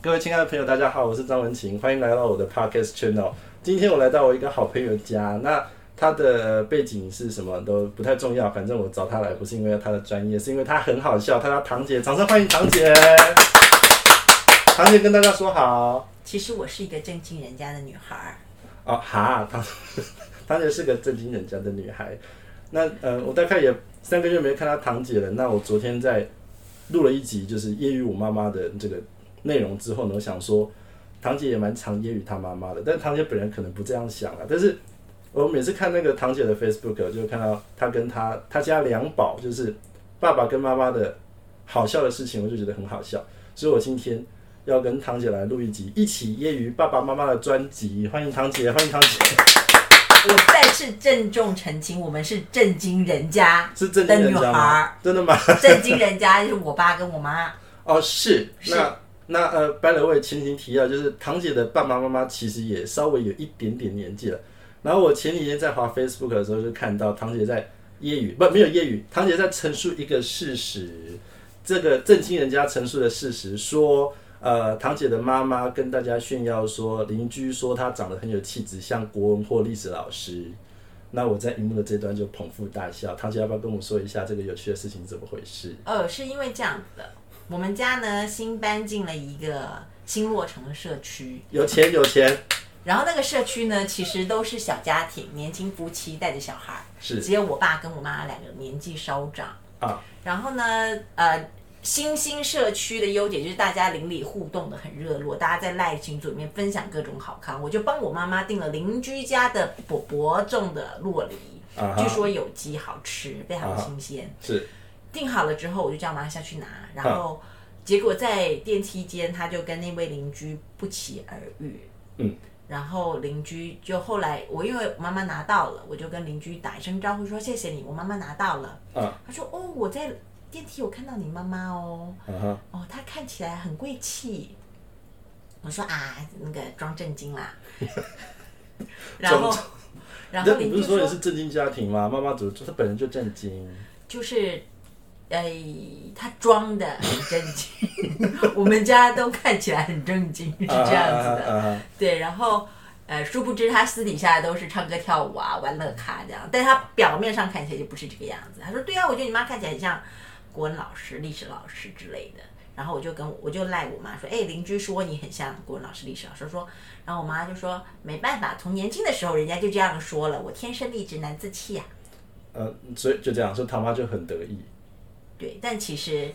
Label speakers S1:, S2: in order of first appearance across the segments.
S1: 各位亲爱的朋友，大家好，我是张文琴，欢迎来到我的 podcast channel。今天我来到我一个好朋友家，那他的背景是什么都不太重要，反正我找他来不是因为他的专业，是因为他很好笑。他叫堂姐，掌声欢迎堂姐。堂姐跟大家说好
S2: 其实我是一个正经人家的女孩儿，
S1: 哦，哈，堂堂姐是个正经人家的女孩。那呃，我大概也三个月没看到堂姐了。那我昨天在录了一集，就是揶揄我妈妈的这个内容之后呢，我想说堂姐也蛮常揶揄她妈妈的，但堂姐本人可能不这样想啊。但是我每次看那个堂姐的 Facebook，就看到她跟她她家两宝，就是爸爸跟妈妈的好笑的事情，我就觉得很好笑。所以我今天要跟堂姐来录一集，一起揶揄爸爸妈妈的专辑。欢迎堂姐，欢迎堂姐，
S2: 我再次郑重澄清，我们是正经 人家
S1: 是正经人
S2: 的
S1: 家
S2: 女孩
S1: 吗
S2: 儿。？
S1: 真的吗？
S2: 正经人家就是我爸跟我妈，
S1: 哦，是
S2: 是
S1: 那那呃，白了位前情提要就是堂姐的爸爸妈妈其实也稍微有一点点年纪了。然后我前几天在滑 Facebook 的时候就看到堂姐在揶揄，不没有揶揄，堂姐在陈述一个事实，这个正经人家陈述的事实说。呃，堂姐的妈妈跟大家炫耀说，邻居说她长得很有气质，像国文或历史老师。那我在荧幕的这端就捧腹大笑。堂姐要不要跟我说一下这个有趣的事情怎么回事？
S2: 呃，是因为这样子的。我们家呢新搬进了一个新落成的社区，
S1: 有钱有钱，
S2: 然后那个社区呢其实都是小家庭，年轻夫妻带着小孩儿，
S1: 是
S2: 只有我爸跟我妈两个年纪稍长
S1: 啊。
S2: 然后呢，呃，新兴社区的优点就是大家邻里互动的很热络，大家在赖群组里面分享各种好康。我就帮我妈妈订了邻居家的伯伯种的洛梨，
S1: 啊哈
S2: 据说有机好吃，非常新鲜。
S1: 是
S2: 订好了之后，我就叫妈下去拿，然后
S1: 嗯
S2: 结果在电梯间，他就跟那位邻居不期而遇。
S1: 嗯，
S2: 然后邻居就后来我因为我妈妈拿到了，我就跟邻居打一声招呼说谢谢你，我妈妈拿到了。
S1: 啊
S2: 他说哦，我在电梯有看到你妈妈哦，
S1: 啊哈
S2: 哦，她看起来很贵气。我说啊，那个装正经 啦。然后，然后
S1: 那你
S2: 邻
S1: 不
S2: 居
S1: 是说你是正经家庭吗？妈妈怎么她本人就正 经？
S2: 就是，呃，他装的很正经， 我们家都看起来很正经，是这样子
S1: 啊
S2: 的。
S1: 哈啊哈
S2: 对，然后呃，殊不知他私底下都是唱歌跳舞啊，玩乐咖这样，但他表面上看起来就不是这个样子。他说：“对啊，我觉得你妈看起来很像国文老师、历史老师之类的。”然后我就跟我就赖我妈说：“哎，邻居说你很像国文老师、历史老师。”说，然后我妈就说：“没办法，从年轻的时候人家就这样说了，我天生丽质难自弃啊。”
S1: 呃，所以就这样，所以唐妈就很得意。
S2: 对，但其实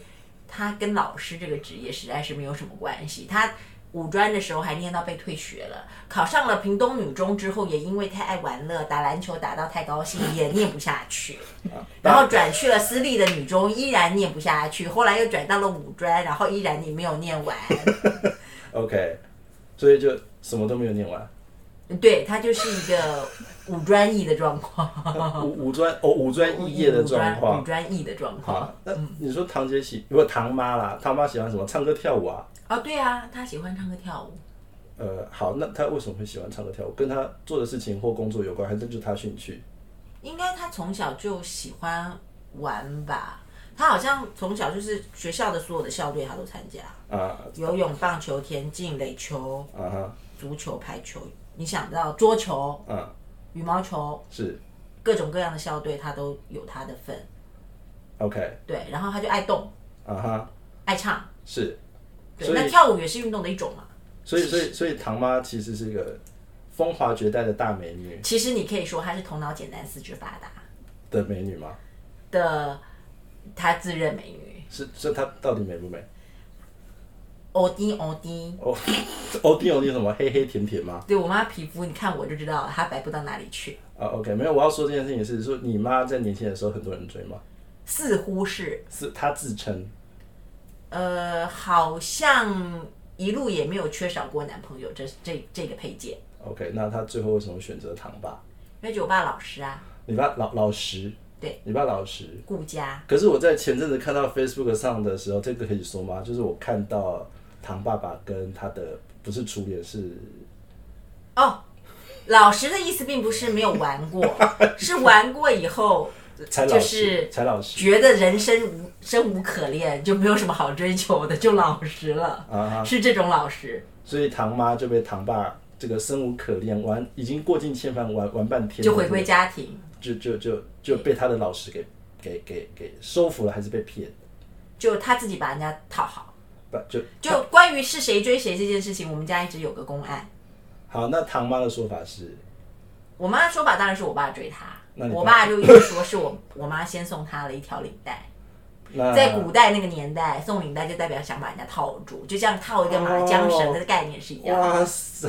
S2: 他跟老师这个职业实在是没有什么关系。他五专的时候还念到被退学了，考上了屏东女中之后，也因为太爱玩乐，打篮球打到太高兴，也念不下去。
S1: 啊
S2: 然后转去了私立的女中，依然念不下去。后来又转到了五专，然后依然也没有念完。
S1: OK，所以就什么都没有念 完。
S2: 对他就是一个五专一的状况，
S1: 五五专哦，五专肄业的状
S2: 五
S1: 况。
S2: 专嗯一的状况。
S1: 啊，那你说堂姐喜不是堂妈啦？堂妈喜欢什么？唱歌跳舞啊？
S2: 哦，对啊，他喜欢唱歌跳舞。
S1: 呃，好，那她为什么会喜欢唱歌跳舞？跟她做的事情或工作有关，还是就是她兴趣？
S2: 应该他从小就喜欢玩吧？他好像从小就是学校的所有的校队他都参加，
S1: 啊
S2: 游泳、棒球、田径、垒球、
S1: 啊哈
S2: 足球、排球，你想到桌球、
S1: 啊，
S2: 羽毛球，
S1: 是
S2: 各种各样的校队他都有他的份。
S1: OK
S2: 对，然后他就爱动、
S1: 啊哈
S2: 爱唱。
S1: 是，
S2: 啊对，
S1: 所以
S2: 那跳舞也是运动的一种嘛。
S1: 所以，所以，所以，唐妈其实是一个风华绝代的大美女
S2: 其实你可以说他是头脑简单、四肢发达
S1: 的美女吗？
S2: 的，他自认美女。
S1: 是，是她到底美不美？
S2: 哦滴哦滴，
S1: 哦，欧弟欧弟什么黑黑甜甜吗？
S2: 对我妈皮肤，你看我就知道她白不到哪里去。
S1: 啊，OK，没有，我要说这件事情是说你妈在年轻的时候很多人追吗？
S2: 似乎是，
S1: 是她自称
S2: 呃，好像一路也没有缺少过男朋友这这这个配件，
S1: ，OK，那她最后为什么选择唐爸？
S2: 因为就我爸老师啊，
S1: 你爸老老实，
S2: 对，
S1: 你爸老实。
S2: 顾家，
S1: 可是我在前阵子看到 Facebook 上的时候，这个可以说吗？就是我看到唐爸爸跟他的不是初恋是
S2: 哦 老实的意思并不是没有玩过，是玩过以后
S1: 才老
S2: 就
S1: 实，
S2: 是
S1: 才老实
S2: 觉得人生无生无可恋，就没有什么好追求的，就老实了，
S1: 啊！
S2: 是这种老实。
S1: 所以唐妈就被唐爸这个生无可恋玩，已经过尽千帆玩玩半天，
S2: 就回归，家庭，
S1: 就就就就被他的老实给给给给收服了，还是被骗？
S2: 就他自己把人家讨好。
S1: 不就
S2: 就关于是谁追谁这件事情，我们家一直有个公案。
S1: 好？那唐妈的说法是，
S2: 我妈的说法当然是我爸追她，
S1: 那你爸
S2: 我爸就一直说是我我妈先送她了一条领带。
S1: 那
S2: 在古代那个年代，送领带就代表想把人家套住，就像套一个麻将绳的概念是一样的。
S1: 哦哇塞，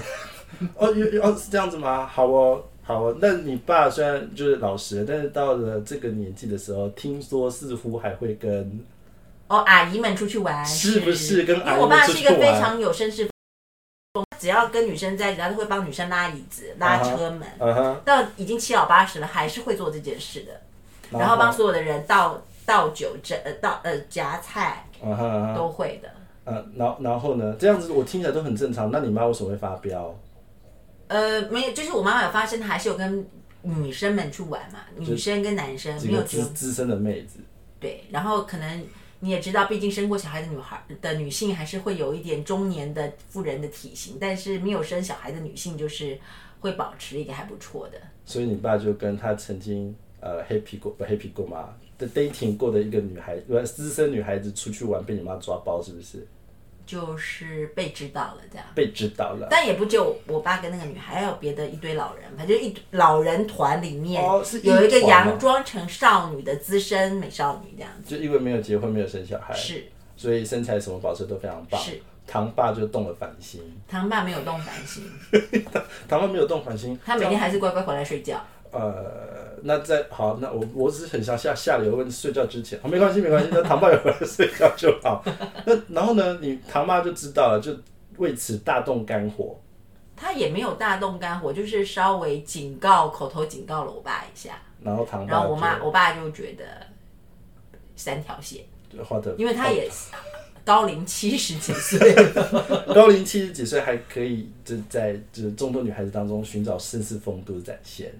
S1: 哦，有有哦是这样子吗？好哦，好哦。那你爸虽然就是老实，但是到了这个年纪的时候，听说似乎还会跟
S2: 哦，阿姨们出去玩
S1: 是不是跟阿
S2: 因
S1: 姨
S2: 为我
S1: 们
S2: 爸
S1: 出
S2: 是一
S1: 去
S2: 个非
S1: 玩？
S2: 常有绅士风，只要跟女生在一起，他都会帮女生拉椅子、拉车门。
S1: 嗯哼，
S2: 到已经七老八十了，还是会做这件事的。
S1: 啊
S2: 然后帮所有的人倒倒酒、这呃倒呃夹菜
S1: 嗯哼嗯哼
S2: 都会的。
S1: 嗯，然后然后呢？这样子我听起来都很正常。那你妈为什么会发飙？
S2: 呃，没有，就是我妈妈有发生，还是有跟女生们去玩嘛，女生跟男生
S1: 几
S2: 没
S1: 个
S2: 有只
S1: 资
S2: 有
S1: 资深的妹子，
S2: 对，然后可能你也知道，毕竟生过小孩的女孩的女性还是会有一点中年的妇人的体型，但是没有生小孩的女性就是会保持一个还不错的。
S1: 所以你爸就跟他曾经呃黑皮过不黑皮过嘛的 dating 过的一个女孩，呃资深女孩子出去玩被你妈抓包，是不是？
S2: 就是被知道了这样，
S1: 被知道了。
S2: 但也不只有我爸跟那个女孩，还有别的一堆老人，反正一堆老人团里面、
S1: 哦是一
S2: 有一个
S1: 团啊
S2: 佯装成少女的资深美少女这样子，
S1: 就因为没有结婚，没有生小孩，
S2: 是
S1: 所以身材什么保持都非常棒。
S2: 是，
S1: 唐爸就动了凡心，
S2: 唐爸没有动凡心，
S1: 唐爸没有动凡心，
S2: 他每天还是乖乖回来睡觉。
S1: 呃，那在好，那我我只是很想下下流问睡觉之前，好，没关系没关系，那唐爸有回来睡觉就好。那然后呢，你唐妈就知道了，就为此大动肝火，
S2: 他也没有大动肝火，就是稍微警告，口头警告了我爸一下，
S1: 然后唐爸
S2: 然后我妈我爸就觉得三条线，
S1: 就花的，
S2: 因为他也
S1: 哦
S2: 高龄七十几岁 了，
S1: 高龄七十几岁还可以就在就是众多女孩子当中寻找绅士风度的展现。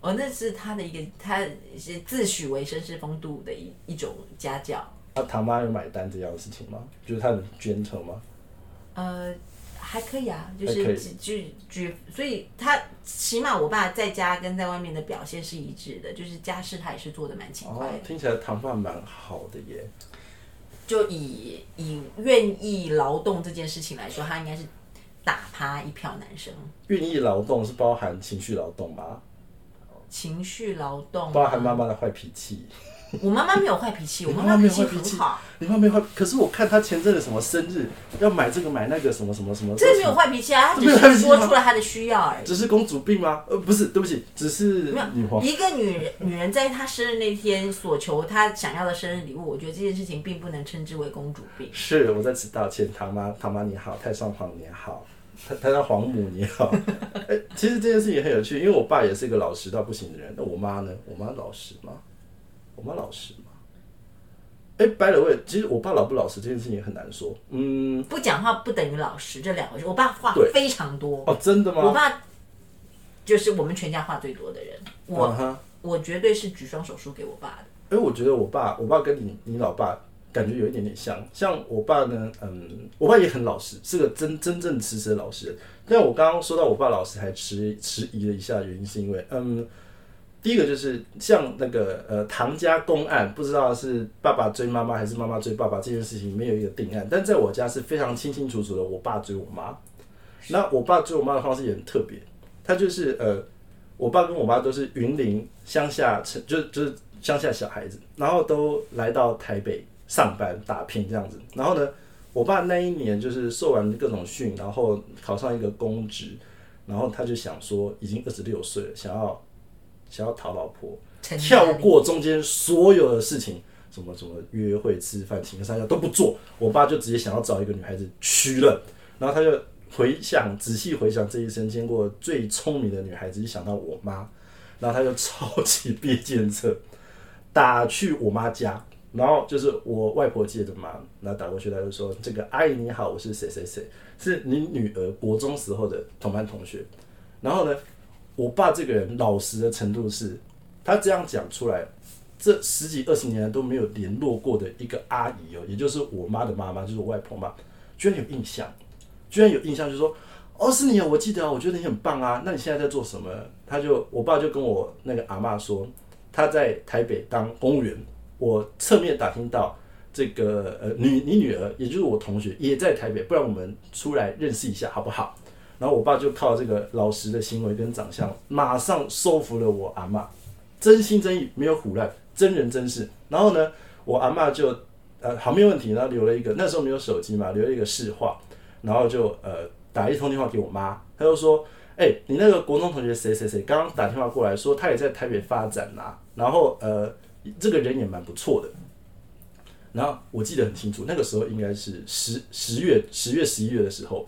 S2: 哦，那是他的一个他是自诩为绅士风度的一一种家教，
S1: 那唐妈有买单这样的事情吗？就是她很捐诚吗？
S2: 呃，还可以啊，就
S1: 还可以
S2: 是举举举，所以他起码我爸在家跟在外面的表现是一致的，就是家事他也是做的蛮勤快
S1: 哦
S2: 的。，
S1: 听起来唐爸蛮好的耶。
S2: 就以以愿意劳动这件事情来说，他应该是打趴一票男生，
S1: 愿意劳动是包含情绪劳动吗？
S2: 情绪劳动。啊
S1: 包含妈妈的坏脾气。
S2: 我妈妈没有坏 脾气，我妈
S1: 你妈
S2: 妈
S1: 没
S2: 脾
S1: 有坏
S2: 气
S1: 脾气
S2: 很好，
S1: 你妈没坏，可是我看她前阵子什么生日要买这个买那个什么什么什么，
S2: 这没有，坏脾气啊，她
S1: 这没有坏脾
S2: 只是
S1: 气
S2: 说
S1: 吗
S2: 出了她的需 要而已。
S1: 只是公主病吗？呃，不是，对不起，只是
S2: 没
S1: 女
S2: 有
S1: 皇。
S2: 一个女人，女人在她生日那天所求她想要的生日礼物，我觉得这件事情并不能称之为公主病。
S1: 是我在此道歉，唐妈，唐妈你好，太上皇你好，太太上皇母你好。 哎、其实这件事情很有趣，因为我爸也是一个老实到不行的人，那我妈呢？我妈老实吗？我妈老实吗？哎、白了喂，其实我爸老不老实这件事情很难说。嗯，
S2: 不讲话不等于老实，这两回事。我爸话
S1: 对
S2: 非常多，
S1: 哦，真的吗？
S2: 我爸就是我们全家话最多的人。我、
S1: 嗯哼
S2: 我绝对是举双手输给我爸的。
S1: 因为我觉得我爸，我爸跟你你老爸感觉有一点点像。像我爸呢，嗯，我爸也很老实，是个真真正实实的老实人。但我刚刚说到我爸老实，还迟迟疑了一下，原因是因为，嗯，第一个就是像那个呃唐家公案，不知道是爸爸追妈妈还是妈妈追爸爸这件事情没有一个定案，但在我家是非常清清楚楚的，我爸追我妈。那我爸追我妈的方式也很特别，他就是呃，我爸跟我妈都是云林乡下城，就就是乡下小孩子，然后都来到台北上班打拼这样子。然后呢，我爸那一年就是受完各种训，然后考上一个公职，然后他就想说，已经二十六岁了，想要想要讨老婆，
S2: 承
S1: 跳
S2: 担力
S1: 过中间所有的事情，什么什么约会、吃饭、请客、三下都不做。我爸就直接想要找一个女孩子娶了，然后他就回想仔细回想这一生见过最聪明的女孩子，一想到我妈，然后他就超级憋剑策，打去我妈家。然后就是我外婆接的嘛，然后打过去，他就说：“这个阿姨你好，我是谁谁谁，是你女儿国中时候的同班同学。”然后呢，我爸这个人老实的程度是，他这样讲出来，这十几二十年来都没有联络过的一个阿姨哦，也就是我妈的妈妈，就是我外婆妈，居然有印象，居然有印象，就是说，哦，是你啊，我记得啊，我觉得你很棒啊，那你现在在做什么？他就我爸就跟我那个阿嬷说，他在台北当公务员，我侧面打听到。这个呃，女你女儿，也就是我同学，也在台北，不然我们出来认识一下好不好？然后我爸就靠这个老实的行为跟长相，马上收服了我阿妈，真心真意，没有胡乱，真人真事。然后呢，我阿妈就呃好没问题，然后留了一个那时候没有手机嘛，留了一个市话，然后就呃打一通电话给我妈，她就说：“哎、你那个国中同学谁谁谁刚刚打电话过来说他也在台北发展啦、然后呃这个人也蛮不错的。”然后我记得很清楚，那个时候应该是十十月十月十一月的时候，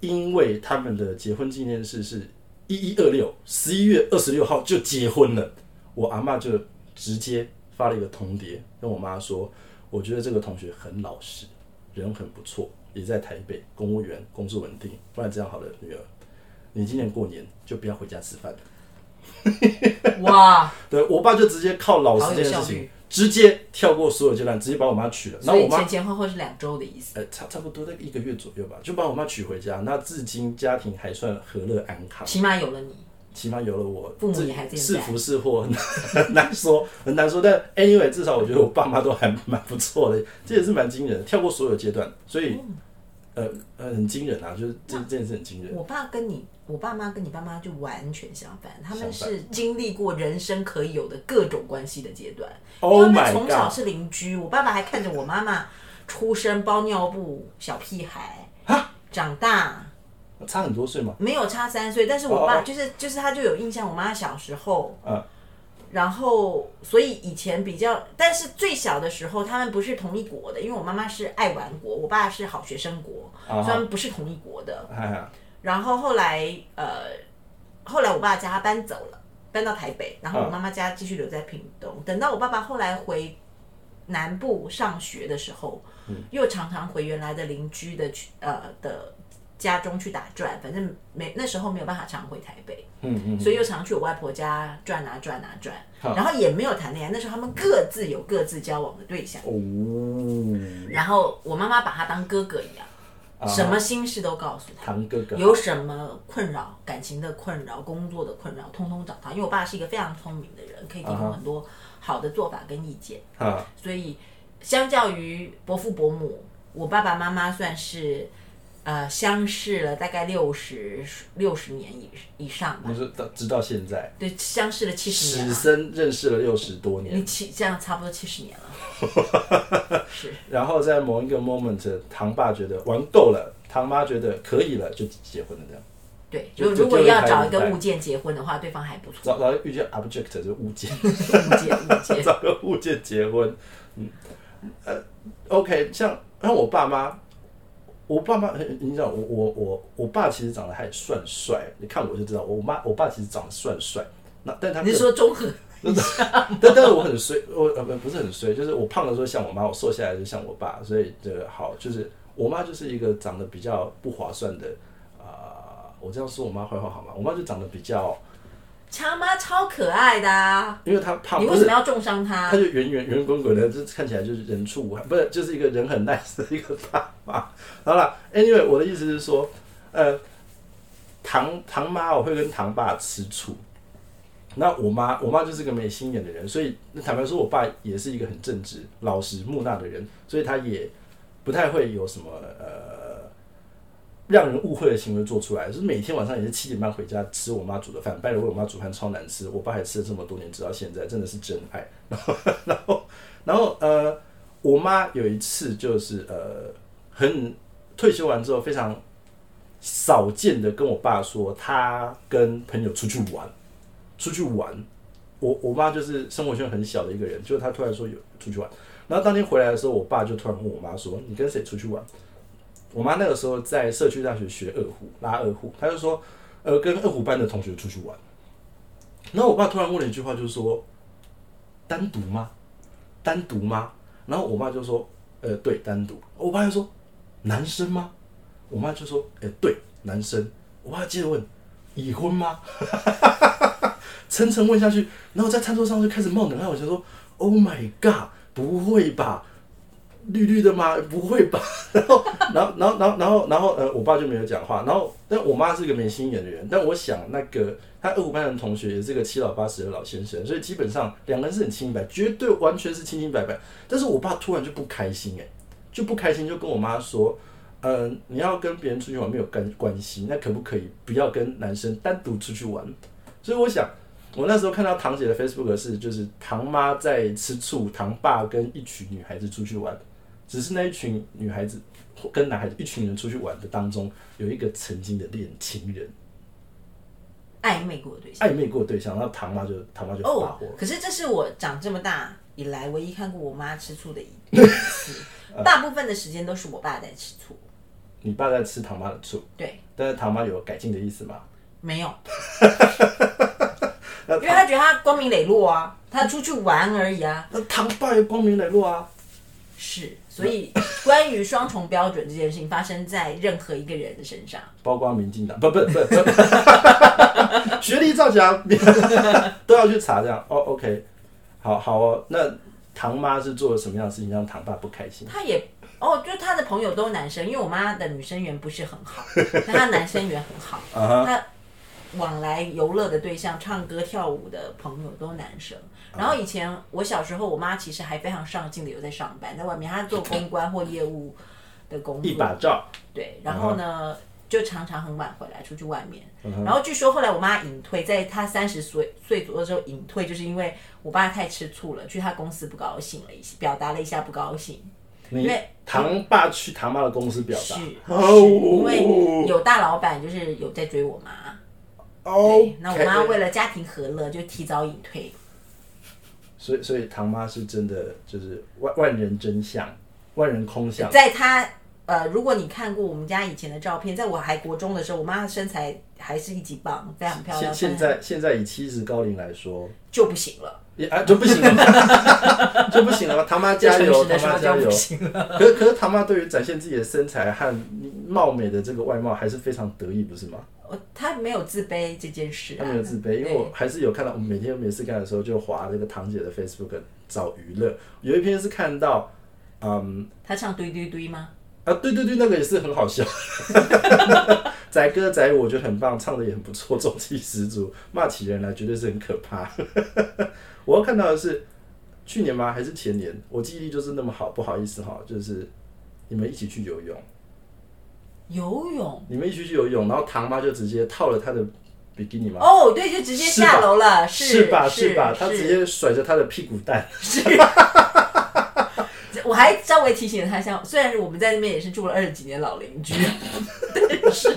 S1: 因为他们的结婚纪念日是一一二六，十一月二十六号就结婚了。我阿嬷就直接发了一个通牒，跟我妈说，我觉得这个同学很老实，人很不错，也在台北，公务员，工作稳定。不然这样好了，女儿，你今年过年就不要回家吃饭。
S2: 哇，
S1: 对我爸就直接靠老实这件事
S2: 好有效
S1: 情
S2: 率，
S1: 直接跳过所有阶段，直接把我妈娶 了。然
S2: 所
S1: 后我
S2: 以
S1: 妈
S2: 前前后后是两周的意思。
S1: 呃，差差不多在一个月左右吧，就把我妈娶回家。那至今家庭还算和乐安康，
S2: 起码有了你，
S1: 起码有了我，
S2: 父母
S1: 自
S2: 也还健
S1: 是
S2: 在
S1: 福是祸，很难说， 很难说。但 anyway，至少我觉得我爸妈都还蛮不错的，这也是蛮惊人的，跳过所有阶段，所
S2: 哦
S1: 以呃呃很惊人啊，就是这这件事很惊人。
S2: 我爸跟你，我爸妈跟你爸妈就完全相反，他们
S1: 相
S2: 是经历过人生可以有的各种关系的阶段。
S1: Oh
S2: 因为他们
S1: my
S2: 从小
S1: god！
S2: 是邻居，我爸爸还看着我妈妈出生包尿布小屁孩，长大
S1: 差很多岁嘛，
S2: 没有差三岁，但是
S1: 哦
S2: 我
S1: 哦
S2: 爸
S1: 哦
S2: 就是就是他就有印象，我妈小时候，
S1: 嗯
S2: 然后所以以前比较，但是最小的时候他们不是同一国的，因为我妈妈是爱玩国，我爸是好学生国，
S1: 啊
S2: 所以他们不是同一国的。
S1: 哎呀，
S2: 然后后来呃，后来我爸家搬走了，搬到台北，然后我妈妈家继续留在屏东。等到我爸爸后来回南部上学的时候，又常常回原来的邻居的去呃的家中去打转，反正没那时候没有办法常回台北，
S1: 嗯嗯，
S2: 所以又常去我外婆家转啊转啊转，然后也没有谈恋爱，那时候他们各自有各自交往的对象。
S1: 哦，
S2: 然后我妈妈把他当哥哥一样，什么心事都告诉他。
S1: 堂哥哥，
S2: 有什么困扰，感情的困扰、工作的困扰，通通找他。因为我爸是一个非常聪明的人，可以提
S1: 啊哈
S2: 供很多好的做法跟意见。
S1: 啊，
S2: 所以，相较于伯父伯母，我爸爸妈妈算是呃相识了大概六十六十年以以上吧
S1: 你，说到直到现在，
S2: 对，相识了七十年
S1: 史
S2: 了。
S1: 生认识了六十多年
S2: 你。七这样差不多七十年了，是
S1: 然后在某一个 moment，唐爸觉得玩够了，唐妈觉得可以了，就结婚了这样。
S2: 对。
S1: 就
S2: 如
S1: 就
S2: 如果
S1: 就是
S2: 要
S1: 拍
S2: 找
S1: 一
S2: 一个
S1: 拍
S2: 物件结婚的话，对方还不错。
S1: 找找遇见 object 就是物件，
S2: 物件物件，
S1: 找个物件结婚。嗯，呃，OK，像像我爸妈，我爸妈，呃你知道，我我我我爸其实长得还算帅，你看我就知道，我妈我爸其实长得算帅。那但他
S2: 你是说综合
S1: 但但是我很衰，我呃不不是很衰，就是我胖的时候像我妈，我瘦下来就像我爸，所以这个好就是我妈就是一个长得比较不划算的啊、呃我这样说我妈坏话好吗？我妈就长得比较，
S2: 强妈超可爱 的啊！
S1: 因为她胖，
S2: 你
S1: 不
S2: 为什
S1: 是
S2: 么要重伤
S1: 她
S2: 她？
S1: 就圆圆圆滚滚的，就是看起来就是人畜无害，不是就是一个人很 nice 的一个大妈。 好了，anyway，我的意思是说，呃，堂堂妈我会跟堂爸吃醋。那我妈，我妈就是个没心眼的人，所以坦白说，我爸也是一个很正直、老实、木讷的人，所以他也不太会有什么呃让人误会的行为做出来。就是每天晚上也是七点半回家吃我妈煮的饭，拜了我妈煮饭超难吃，我爸还吃了这么多年，直到现在真的是真爱。然后，然后，然后呃，我妈有一次就是呃，很退休完之后非常少见的跟我爸说，她跟朋友出去玩。出去玩。我我妈就是生活圈很小的一个人，就是她突然说有出去玩，然后当天回来的时候，我爸就突然问我妈说：“你跟谁出去玩？”我妈那个时候在社区大学学二胡，拉二胡，她就说：“呃，跟二胡班的同学出去玩。”然后我爸突然问了一句话，就是说：“单独吗？单独吗？”然后我妈就说：“呃，对，单独。”我爸就说：“男生吗？”我呃妈就说：“哎、对，男生。”我爸接着问：“已婚吗？” 层层问下去，然后在餐桌上就开始冒冷汗。我想说，Oh my god，不会吧？绿绿的吗？不会吧？然后， 然后，然后，然后，然后，然后，呃，我爸就没有讲话。然后，但我妈是个没心眼的人。但我想，那个他二五班的同学也是个七老八十的老先生，所以基本上两个人是很清白，绝对完全是清清白白。但是我爸突然就不开心、欸，哎，就不开心，就跟我妈说，嗯、你要跟别人出去玩没有干关系，那可不可以不要跟男生单独出去玩？所以我想，我那时候看到堂姐的 Facebook 是，就是堂妈在吃醋，堂爸跟一群女孩子出去玩，只是那一群女孩子或跟男孩子一群人出去玩的当中，有一个曾经的恋情人
S2: 暧昧过的对象。
S1: 暧昧过对象，然后堂妈就堂啊妈就发
S2: 哦
S1: 火，，
S2: 可是这是我长这么大以来唯一看过我妈吃醋的 一次，
S1: 嗯
S2: 大部分的时间都是我爸在吃醋。
S1: 你爸在吃堂妈的醋，
S2: 对，
S1: 但是堂妈有改进的意思吗？
S2: 没 有，因为他觉得他光明磊落啊，他出去玩而已啊。
S1: 那堂爸也光明磊落啊，
S2: 是，所以关于双重标准这件事情发生在任何一个人的身上，
S1: 包括民进党，不不不不， 学历造假都要去查这样。哦，OK，好好哦。那唐妈是做了什么样的事情让唐爸不开心？
S2: 他也哦，就是他的朋友都是男生，因为我妈的女生缘不是很好， 但她男生缘很好，
S1: 啊哈，
S2: 他往来游乐的对象、唱歌跳舞的朋友都是男生。
S1: 啊
S2: 然后以前我小时候，我妈其实还非常上进的，有在上班，在外面她做公关或业务的工
S1: 一啊
S2: 作。
S1: 把照，
S2: 对，然后呢，就常常很晚回来出去外面。
S1: 嗯
S2: 然后据说后来我妈隐退，在她三十岁岁左右的时候隐退，就是因为我爸太吃醋了，去她公司不高兴了一些，表达了一下不高兴。因
S1: 你
S2: 为
S1: 唐爸去唐妈的公司表
S2: 是，
S1: 达
S2: 是，因为
S1: 哦
S2: 有大老板就是有在追我妈。
S1: 哦
S2: 对，那我妈为了家庭和乐，就提早隐退。
S1: 所以所以唐妈是真的就是万万人真相，万人空想，
S2: 在她呃，如果你看过我们家以前的照片，在我还国中的时候，我妈身材还是一级棒，非常漂
S1: 现
S2: 亮。
S1: 现
S2: 但是
S1: 在现在以七十高龄来说，
S2: 就不行了，
S1: 也啊就不行了吗， 就不行了吗？唐妈加
S2: 就诚
S1: 油，
S2: 实的
S1: 唐妈
S2: 说
S1: 加
S2: 就不
S1: 油！
S2: 行了。
S1: 可是可是唐妈对于展现自己的身材和貌美的这个外貌还是非常得意，不是吗？
S2: 我她没有自卑这件事、啊，
S1: 她没有自卑，因为
S2: 对
S1: 我还是有看到，我每天没事干的时候就划那个堂姐的 Facebook 找娱乐，有一篇是看到，嗯
S2: 她唱堆堆堆吗？
S1: 啊对对对，那个也是很好笑， 宅哥宅我觉得很棒，唱的也很不错， 中气十足，骂起人来绝对是很可怕。 我要看到的是去年吗？还是前年？我记忆力就是那么好，不好意思哈，就是你们一起去游泳。
S2: 游泳
S1: 你们一起去游泳，然后唐妈就直接套了她的比基尼吗？
S2: 哦，对，就直接
S1: 是吧
S2: 下楼了，是
S1: 是吧？
S2: 是
S1: 是吧？她直接甩着她的屁股蛋，
S2: 是。我还稍微提醒了他一下，虽然我们在那边也是住了二十几年老邻居，啊 但是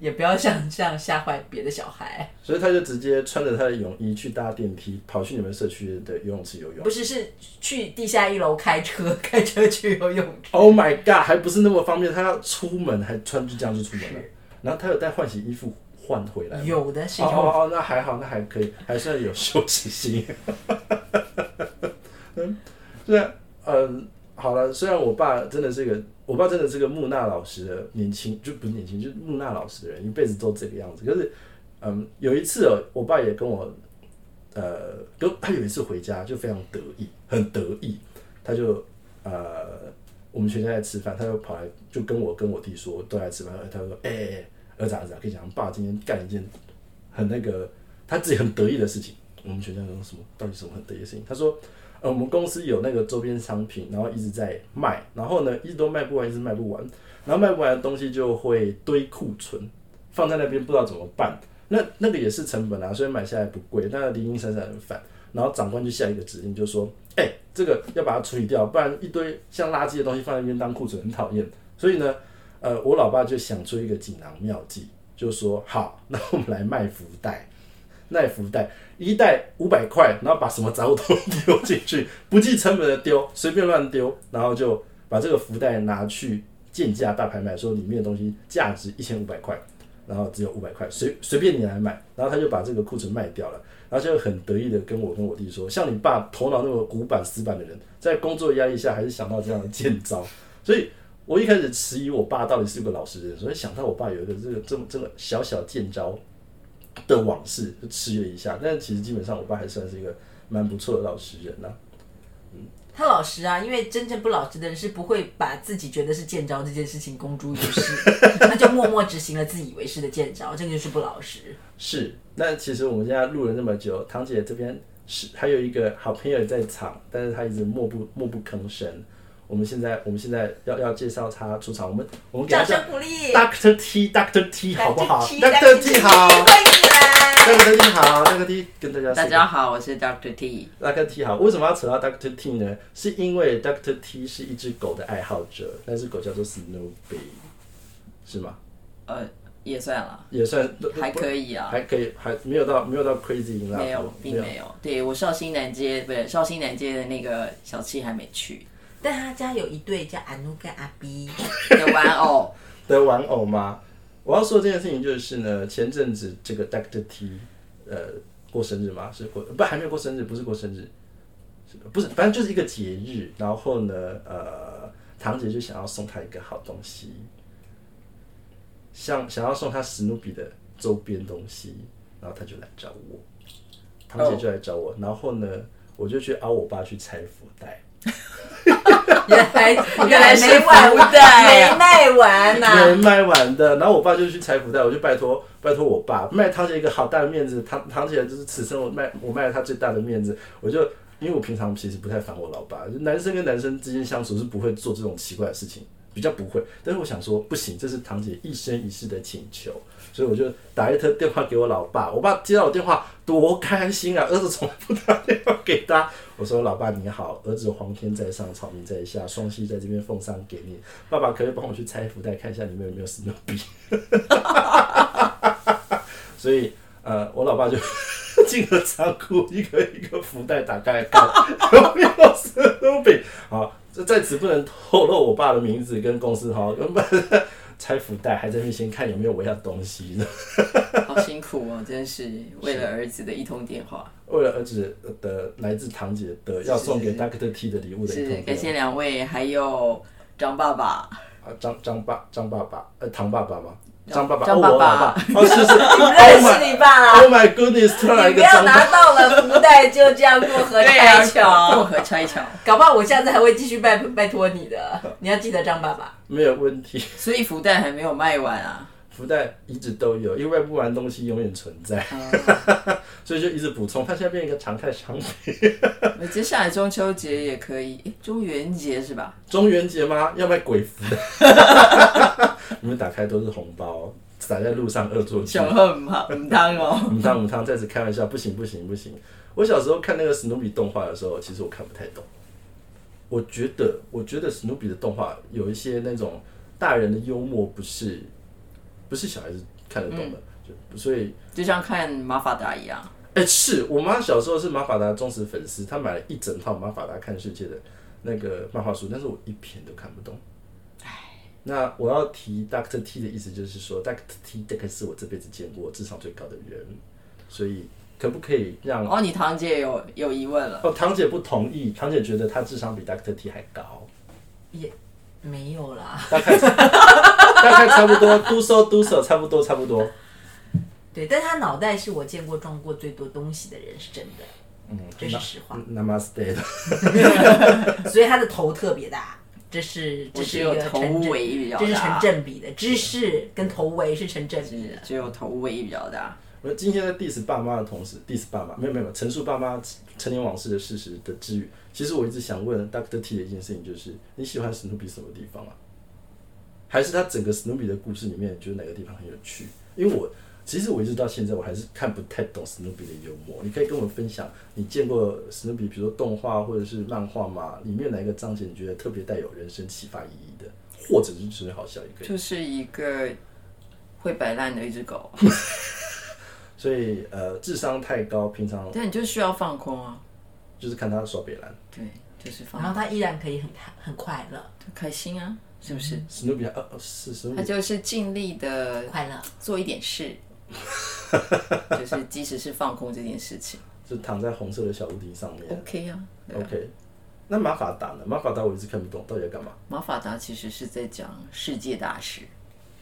S2: 也不要像这样吓坏别的小孩。
S1: 所以她就直接穿着她的泳衣去搭电梯，跑去你们社区的游泳池游泳
S2: 不。是，是去地下一楼开车，开车去游泳池。
S1: Oh my god！还不是那么方便，她要出门还穿就这样就出门了
S2: 是。
S1: 然后她有带换洗衣服换 回来吗。
S2: 有的是
S1: 哦
S2: 有，
S1: 哦哦，那还好，那还可以，还算有羞耻心。 嗯，虽然嗯，好了，虽然我爸真的是一个，我爸真的是个木讷老实的年轻，就不是年轻，就是木讷老实的人，一辈子都这个样子。可是，嗯，有一次哦，我爸也跟我，呃，跟他有一次回家就非常得意，很得意，他就呃，我们全家在吃饭，他就跑来就跟我跟我弟说都来吃饭，他就说，哎、哎哎儿子啊儿子啊，跟你讲，爸今天干一件很那个他自己很得意的事情。我们全家人说什么？到底什么很得意的事情？他说，呃，我们公司有那个周边商品，然后一直在卖，然后呢，一直都卖不完，一直卖不完，然后卖不完的东西就会堆库存，放在那边不知道怎么办。那那个也是成本啊，所以买下来不贵，但零零散散很烦。然后长官就下一个指令，就说：“哎、这个要把它处理掉，不然一堆像垃圾的东西放在那边当库存，很讨厌。”所以呢，呃，我老爸就想出一个锦囊妙计，就说：“好，那我们来卖福袋。”卖福袋，一袋五百块，然后把什么杂物都丢进去，不计成本的丢，随便乱丢，然后就把这个福袋拿去贱价大拍卖，说里面的东西价值一千五百块，然后只有五百块，随随便你来买，然后他就把这个库存卖掉了，然后就很得意的跟我跟我弟说，像你爸头脑那么古板死板的人，在工作压力下还是想到这样的贱招，所以。我一开始迟疑我爸到底是不是个老实人，所以想到我爸有一个这个这么这么小小贱招，的往事，就吃了一下。但其实基本上，我爸还算是一个蛮不错的老实人呐、
S2: 他老实啊，因为真正不老实的人是不会把自己觉得是见招这件事情公诸于世， 他就默默执行了自以为是的见招，这个就是不老实。
S1: 是，那其实我们现在录了那么久，堂姐这边是还有一个好朋友在场，但是她一直默不默不吭声。我们现在我们现在要要介绍她出场，我们我们给她
S2: 掌
S1: 叫
S2: 声鼓励，
S1: Doctor T Doctor T 好不好
S2: T，
S1: ？Doctor T 好
S2: 欢迎起来。
S1: ，Doctor T 好，Doctor T 跟大家
S3: 大
S1: say
S3: 家好，我是 Doctor T。
S1: Doctor T 好，为什么要扯到 Doctor T 呢？是因为 Doctor T 是一只狗的爱好者，那只狗叫做 Snoopy，是吗？
S3: 呃，也算了，
S1: 也算
S3: 还可以啊，
S1: 还可以，还没有到没有到 crazy 那
S3: 没有，并没有。对我绍兴南街，不是绍兴南街的那个小七还没去
S2: 但他家有一对叫阿努跟阿 B，
S3: 的玩偶，
S1: 的玩偶吗？我要说这件事情就是呢，前阵子这个 Doctor T，呃，过生日吗？是过不还没有过生日，不是过生日，是不是，反正就是一个节日。然后呢，呃，堂姐就想要送他一个好东西，像想要送他史努比的周边东西，然后他就来找我，堂姐就来找我，然后呢，我就去凹我爸去拆福袋。
S2: 原来原来
S3: 是
S2: 没玩
S3: 福
S2: 完，
S3: 袋啊
S2: 没卖完啊呐、
S1: 没卖完的。然后我爸就去拆福袋，我就拜托拜托我爸卖堂姐一个好大的面子，堂堂姐就是此生我卖我卖了她最大的面子。我就因为我平常其实不太烦我老爸，就男生跟男生之间相处是不会做这种奇怪的事情，比较不会。但是我想说不行，这是堂姐一生一世的请求。所以我就打一通电话给我老爸，我爸接到我电话多开心啊！儿子从来不打电话给他，我说：“老爸你好，儿子皇天在上，草民在下，双膝在这边奉上给你。爸爸可不可以帮我去拆福袋，看一下里面有没有史努比。 所以呃，我老爸就 进了仓库，一个一个福袋打开来看，有没有史努比。好， 这在此不能透露我爸的名字跟公司哈，根本 拆福袋还在那边先看有没有我要的东西呢。
S3: 好辛苦哦，真是为了儿子的一通电话。
S1: 为了儿子的呃来自堂姐的要送给 Doctor T 的礼物的一通
S3: 是
S1: 电
S3: 感
S1: 话
S3: 谢两位，还有张爸爸。
S1: 啊，张张爸张爸爸，呃，唐爸爸吗？张
S3: 张
S1: 爸爸，
S3: 张
S1: 哦，我
S3: 爸
S1: 老
S3: 爸
S1: 爸，哦，是 是
S2: 认
S1: ，Oh
S2: 识
S1: my
S2: 哎你爸啦。
S1: Oh my goodness，突然
S2: 你
S1: 一
S2: 不
S1: 个
S2: 要
S1: 张爸
S2: 拿到了福袋就这样过河拆桥，
S3: 啊过河拆桥。
S2: 搞不好我下次还会继续拜拜托你的。你要记得张爸爸，
S1: 没有问题，
S3: 所以福袋还没有卖完啊。
S1: 福袋一直都有，因为不完东西永远存在，
S2: 嗯
S1: 所以就一直补充。它现在变成一个常态商品。
S3: 那接下来中秋节也可以，诶中元节是吧？
S1: 中元节吗？要卖鬼福袋，你们打开都是红包，撒在路上恶作剧。
S3: 小贺嘛，唔当哦。
S1: 母汤母汤，在此开玩笑，不行不行不行！我小时候看那个史努比动画的时候，其实我看不太懂。我觉得，我觉得史努比的动画有一些那种大人的幽默，不是不是小孩子看得懂的，就所以
S3: 就像看马法达一样，
S1: 哎、是我妈小时候是马法达忠实粉丝，她买了一整套马法达看世界的那个漫画书，但是我一篇都看不懂。那我要提 Doctor T 的意思就是说，Doctor T 大概是我这辈子见过智商最高的人，所以可不可以让
S3: 哦，你堂姐有有疑问了，
S1: 哦堂姐不同意？堂姐觉得她智商比 Doctor T 还高，
S2: 没有啦。
S1: 大概大概差不多，嘟手嘟手，差不多差不多。
S2: 对，但他脑袋是我见过撞过最多东西的人，是真的，
S1: 嗯，
S2: 这是实话。
S1: 那 Namaste 的，
S2: 所以他的头特别大，这是这
S3: 我
S2: 是
S3: 只
S2: 一
S3: 有
S2: 个
S3: 头
S2: 成正，
S3: 围比较
S2: 这是成
S3: 大，
S2: 正比的，知识跟头围是成正比
S3: 是
S2: 的。
S3: 只有头围比较大。
S1: 我今天在 diss 爸妈的同时，diss 爸妈没有没有没有陈述爸妈陈年往事的事实的之余，其实我一直想问 Doctor T 的一件事情，就是你喜欢史努比什么地方啊？还是他整个史努比的故事里面，觉得哪个地方很有趣？因为我其实我一直到现在我还是看不太懂史努比的幽默。你可以跟我分享你见过史努比，比如说动画或者是漫画嘛，里面哪一个章节你觉得特别带有人生启发意义的，或者是只是好笑也可以。
S3: 就是一个会摆烂的一只狗，
S1: 所以呃，智商太高，平常
S3: 但你就需要放空啊，
S1: 就是看他耍北兰。
S3: 对，就是放
S2: 然后他依然可以很很快乐，
S3: 开心啊，是不是？
S2: 嗯
S1: 史努比呃呃是史努
S3: 他
S1: 比，
S3: 就是尽力的
S2: 快乐。
S3: 做一点事， 就是即使是放空这件事情
S1: 就躺在红色的小屋顶上面。
S3: ，OK 啊。对啊
S1: OK，那马法达呢？马法达我一直看不懂到底要干嘛。
S3: 马法达其实是在讲世界大事，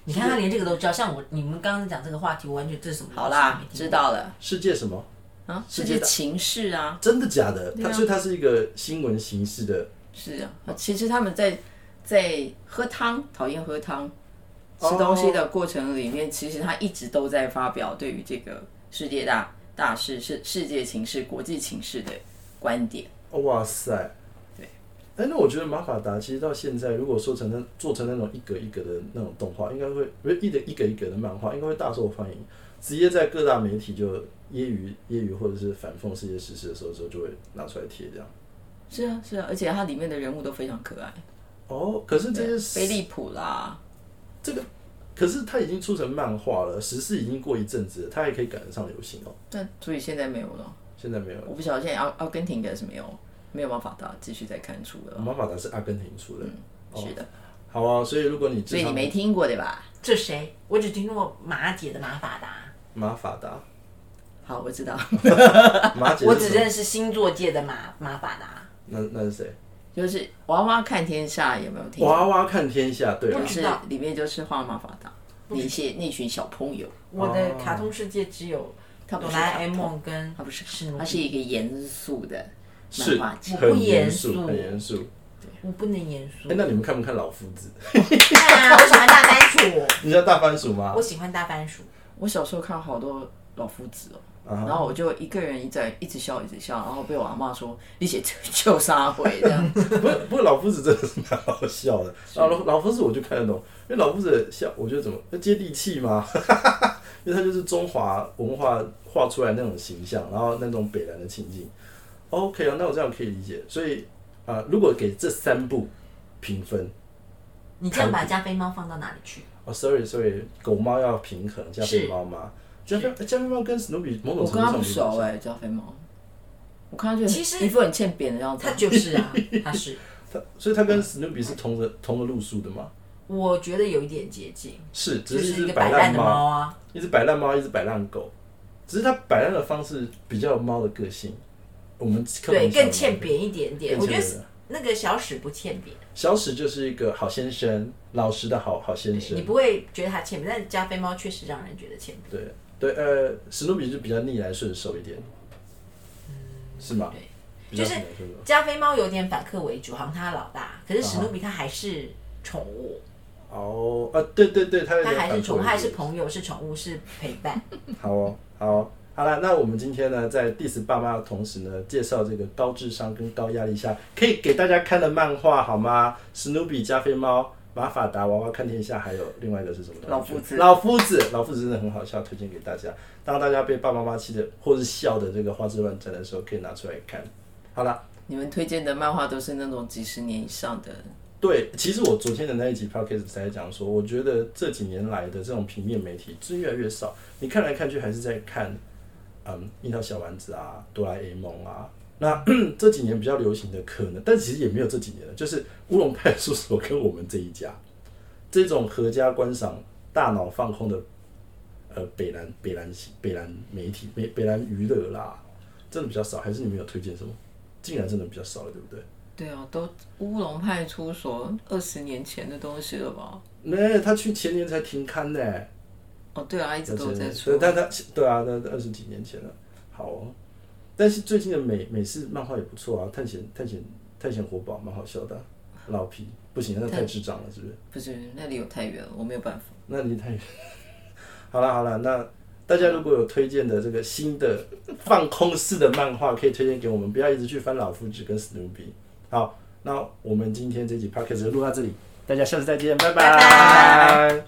S3: 你看他连这个都知道，像我你们刚刚讲这个话题，我完全这是什么？
S2: 好啦，知道了
S1: 世界什么？
S2: 啊，世界情势啊，
S1: 真的假的？它所以它是一个新闻形式的
S2: 是啊，其实他们在在喝汤，讨厌喝汤，
S1: 哦
S2: 吃东西的过程里面，其实他一直都在发表对于这个世界大大事、世世界情势、国际情势的观点。
S1: 哦哇塞，对，哎，那我觉得马法达其实到现在，如果说成那做成那种一格一格的那种动画，应该会不是一格一格一格的漫画，应该会大受欢迎，直接在各大媒体就揶揄揶揄或者是反讽世界时事的时候，之后就会拿出来贴这样。
S2: 是啊，是啊，而且它里面的人物都非常可爱，
S1: 哦，可是这些
S2: 飞利浦啦，
S1: 这个，可是它已经出成漫画了，时事已经过一阵子了，它还可以赶得上流行哦。
S2: 但所以现在没有
S3: 哦
S2: 了。
S1: 现在没有了，
S2: 我不晓得现在阿阿根廷应该是没有没有办法打继续再看出了。
S1: 马法达是阿根廷出的。
S3: 嗯
S1: 哦
S2: 是的，
S1: 好啊，所以如果你
S2: 所
S1: 知
S2: 以你
S1: 道
S2: 没听过对吧？
S3: 这谁？我只听过马姐的马法达，
S1: 马法 达，
S2: 好，我知道，
S1: 马姐
S3: 我
S1: 是
S3: 只
S1: 什么
S3: 认识星座界的马马法达。
S1: 那那是谁？
S2: 就是娃娃看天下有没有听？
S1: 娃娃看天下，对啊
S2: 就
S3: 不，
S2: 是里面就是画马法达那些那群小朋友，
S3: 我的卡通世界只有
S2: 不
S3: 哆
S2: 是
S3: 啦
S2: 卡
S3: A
S2: 通
S3: 梦跟
S2: 它不是
S3: 史努
S2: 它
S3: 比
S2: 是一个严肃的
S1: 是
S2: 漫画家。
S3: 不
S1: 很
S3: 严
S1: 严肃，
S3: 肃
S1: 很严肃。
S3: 我不能严肃
S1: 哎，。那你们看不看老夫子？
S3: 啊，我喜欢大番薯，
S1: 你知道大番薯吗
S3: 我？喜欢大番薯。
S2: 我小时候看好多老夫子哦。
S1: 啊哈
S2: 然后我就一个人一在一直笑一直笑，然后被我阿妈说你写就杀回 这样，
S1: 不过，不过老夫子真的是蛮好笑的。老老老夫子我就看得懂，因为老夫子的笑，我觉得怎么那接地气嘛， 因为他就是中华文化画出来那种形象，然后那种北兰的情境。OK 啊，那我这样可以理解。所以啊、呃如果给这三部评分，
S3: 你这样把加菲猫放到哪里去？
S1: 哦，sorry sorry，狗猫要平衡加菲
S3: 是
S1: 猫吗？加菲加菲猫跟史努比某种
S2: 我
S1: 程度
S2: 跟
S1: 上
S2: 他不
S1: 有点
S2: 熟
S1: 像
S2: 哎、加菲猫，我看他就
S3: 其实
S2: 一副很欠扁的样子
S3: 它。就是啊，它是。
S1: 他所以他跟史努比是同个同个路数的嘛？
S3: 我觉得有一点接近，
S1: 是，只
S3: 就是
S1: 是
S3: 一个
S1: 摆
S3: 摆烂的
S1: 猫，
S3: 猫啊。
S1: 一只摆烂猫，一只摆烂狗，只是它摆烂的方式比较有猫的个性。我们刻板
S3: 对，
S1: 印象
S3: 更欠
S1: 的
S3: 扁一点点。
S1: 更
S3: 我
S1: 欠
S3: 觉
S1: 扁
S3: 得是那个小史不欠扁，
S1: 小史就是一个好先生，老实的好好先生
S3: 你。不会觉得它欠扁，但加菲猫确实让人觉得欠扁。
S1: 对对，呃，史努比就比较逆来顺受一点，是吗？
S3: 嗯对
S1: 比较
S3: 就是
S1: 逆来顺受
S3: 加菲猫有点反客为主，好像它老大，可是史努比它还是宠物，
S1: 哦啊，对对对，他有
S3: 它
S1: 点
S3: 还是
S1: 反
S3: 宠，
S1: 作
S3: 物，
S1: 用
S3: 它还是朋友，是宠物，是陪伴。
S1: 好哦，好哦好了，那我们今天呢，在 diss 爸妈的同时呢，介绍这个高智商跟高压力下可以给大家看的漫画好吗？史努比、加菲猫、马法达、娃娃看天下，还有另外一个是什么东西？
S2: 老夫子
S1: 老夫子，老夫子真的很好笑，推荐给大家。当大家被爸爸妈妈气的或是笑的这个花枝乱颤的时候，可以拿出来看。好了，
S2: 你们推荐的漫画都是那种几十年以上的，
S1: 对，其实我昨天的那一集 podcast 才讲说，我觉得这几年来的这种平面媒体是越来越少，你看来看去还是在看，嗯，樱桃小丸子啊，哆啦 A 梦啊。那 这几年比较流行的可能，但其实也没有这几年了，就是乌龙派出所跟我们这一家，这种合家观赏、大脑放空的，呃，北兰北兰北兰媒体北北兰娱乐啦，真的比较少，还是你们有推荐什么？竟然真的比较少了，对不对？
S2: 对啊，都乌龙派出所二十年前的东西了吧？
S1: 那、他去前年才停刊呢、
S2: 哦，对啊，一直都有在出
S1: 对，。但他对啊，那那二十几年前了，好、哦。但是最近的美美式漫画也不错啊，探险探险探险活宝蛮好笑的啊、老皮不行，那太智障了，是不是？
S2: 不是那离我太远了，我没有办法。
S1: 那离太远。 好了好了，那大家如果有推荐的这个新的放空式的漫画，可以推荐给我们，不要一直去翻老夫子跟史努比。好，那我们今天这集 podcast 就录到这里，大家下次再见，拜
S3: 拜
S1: 拜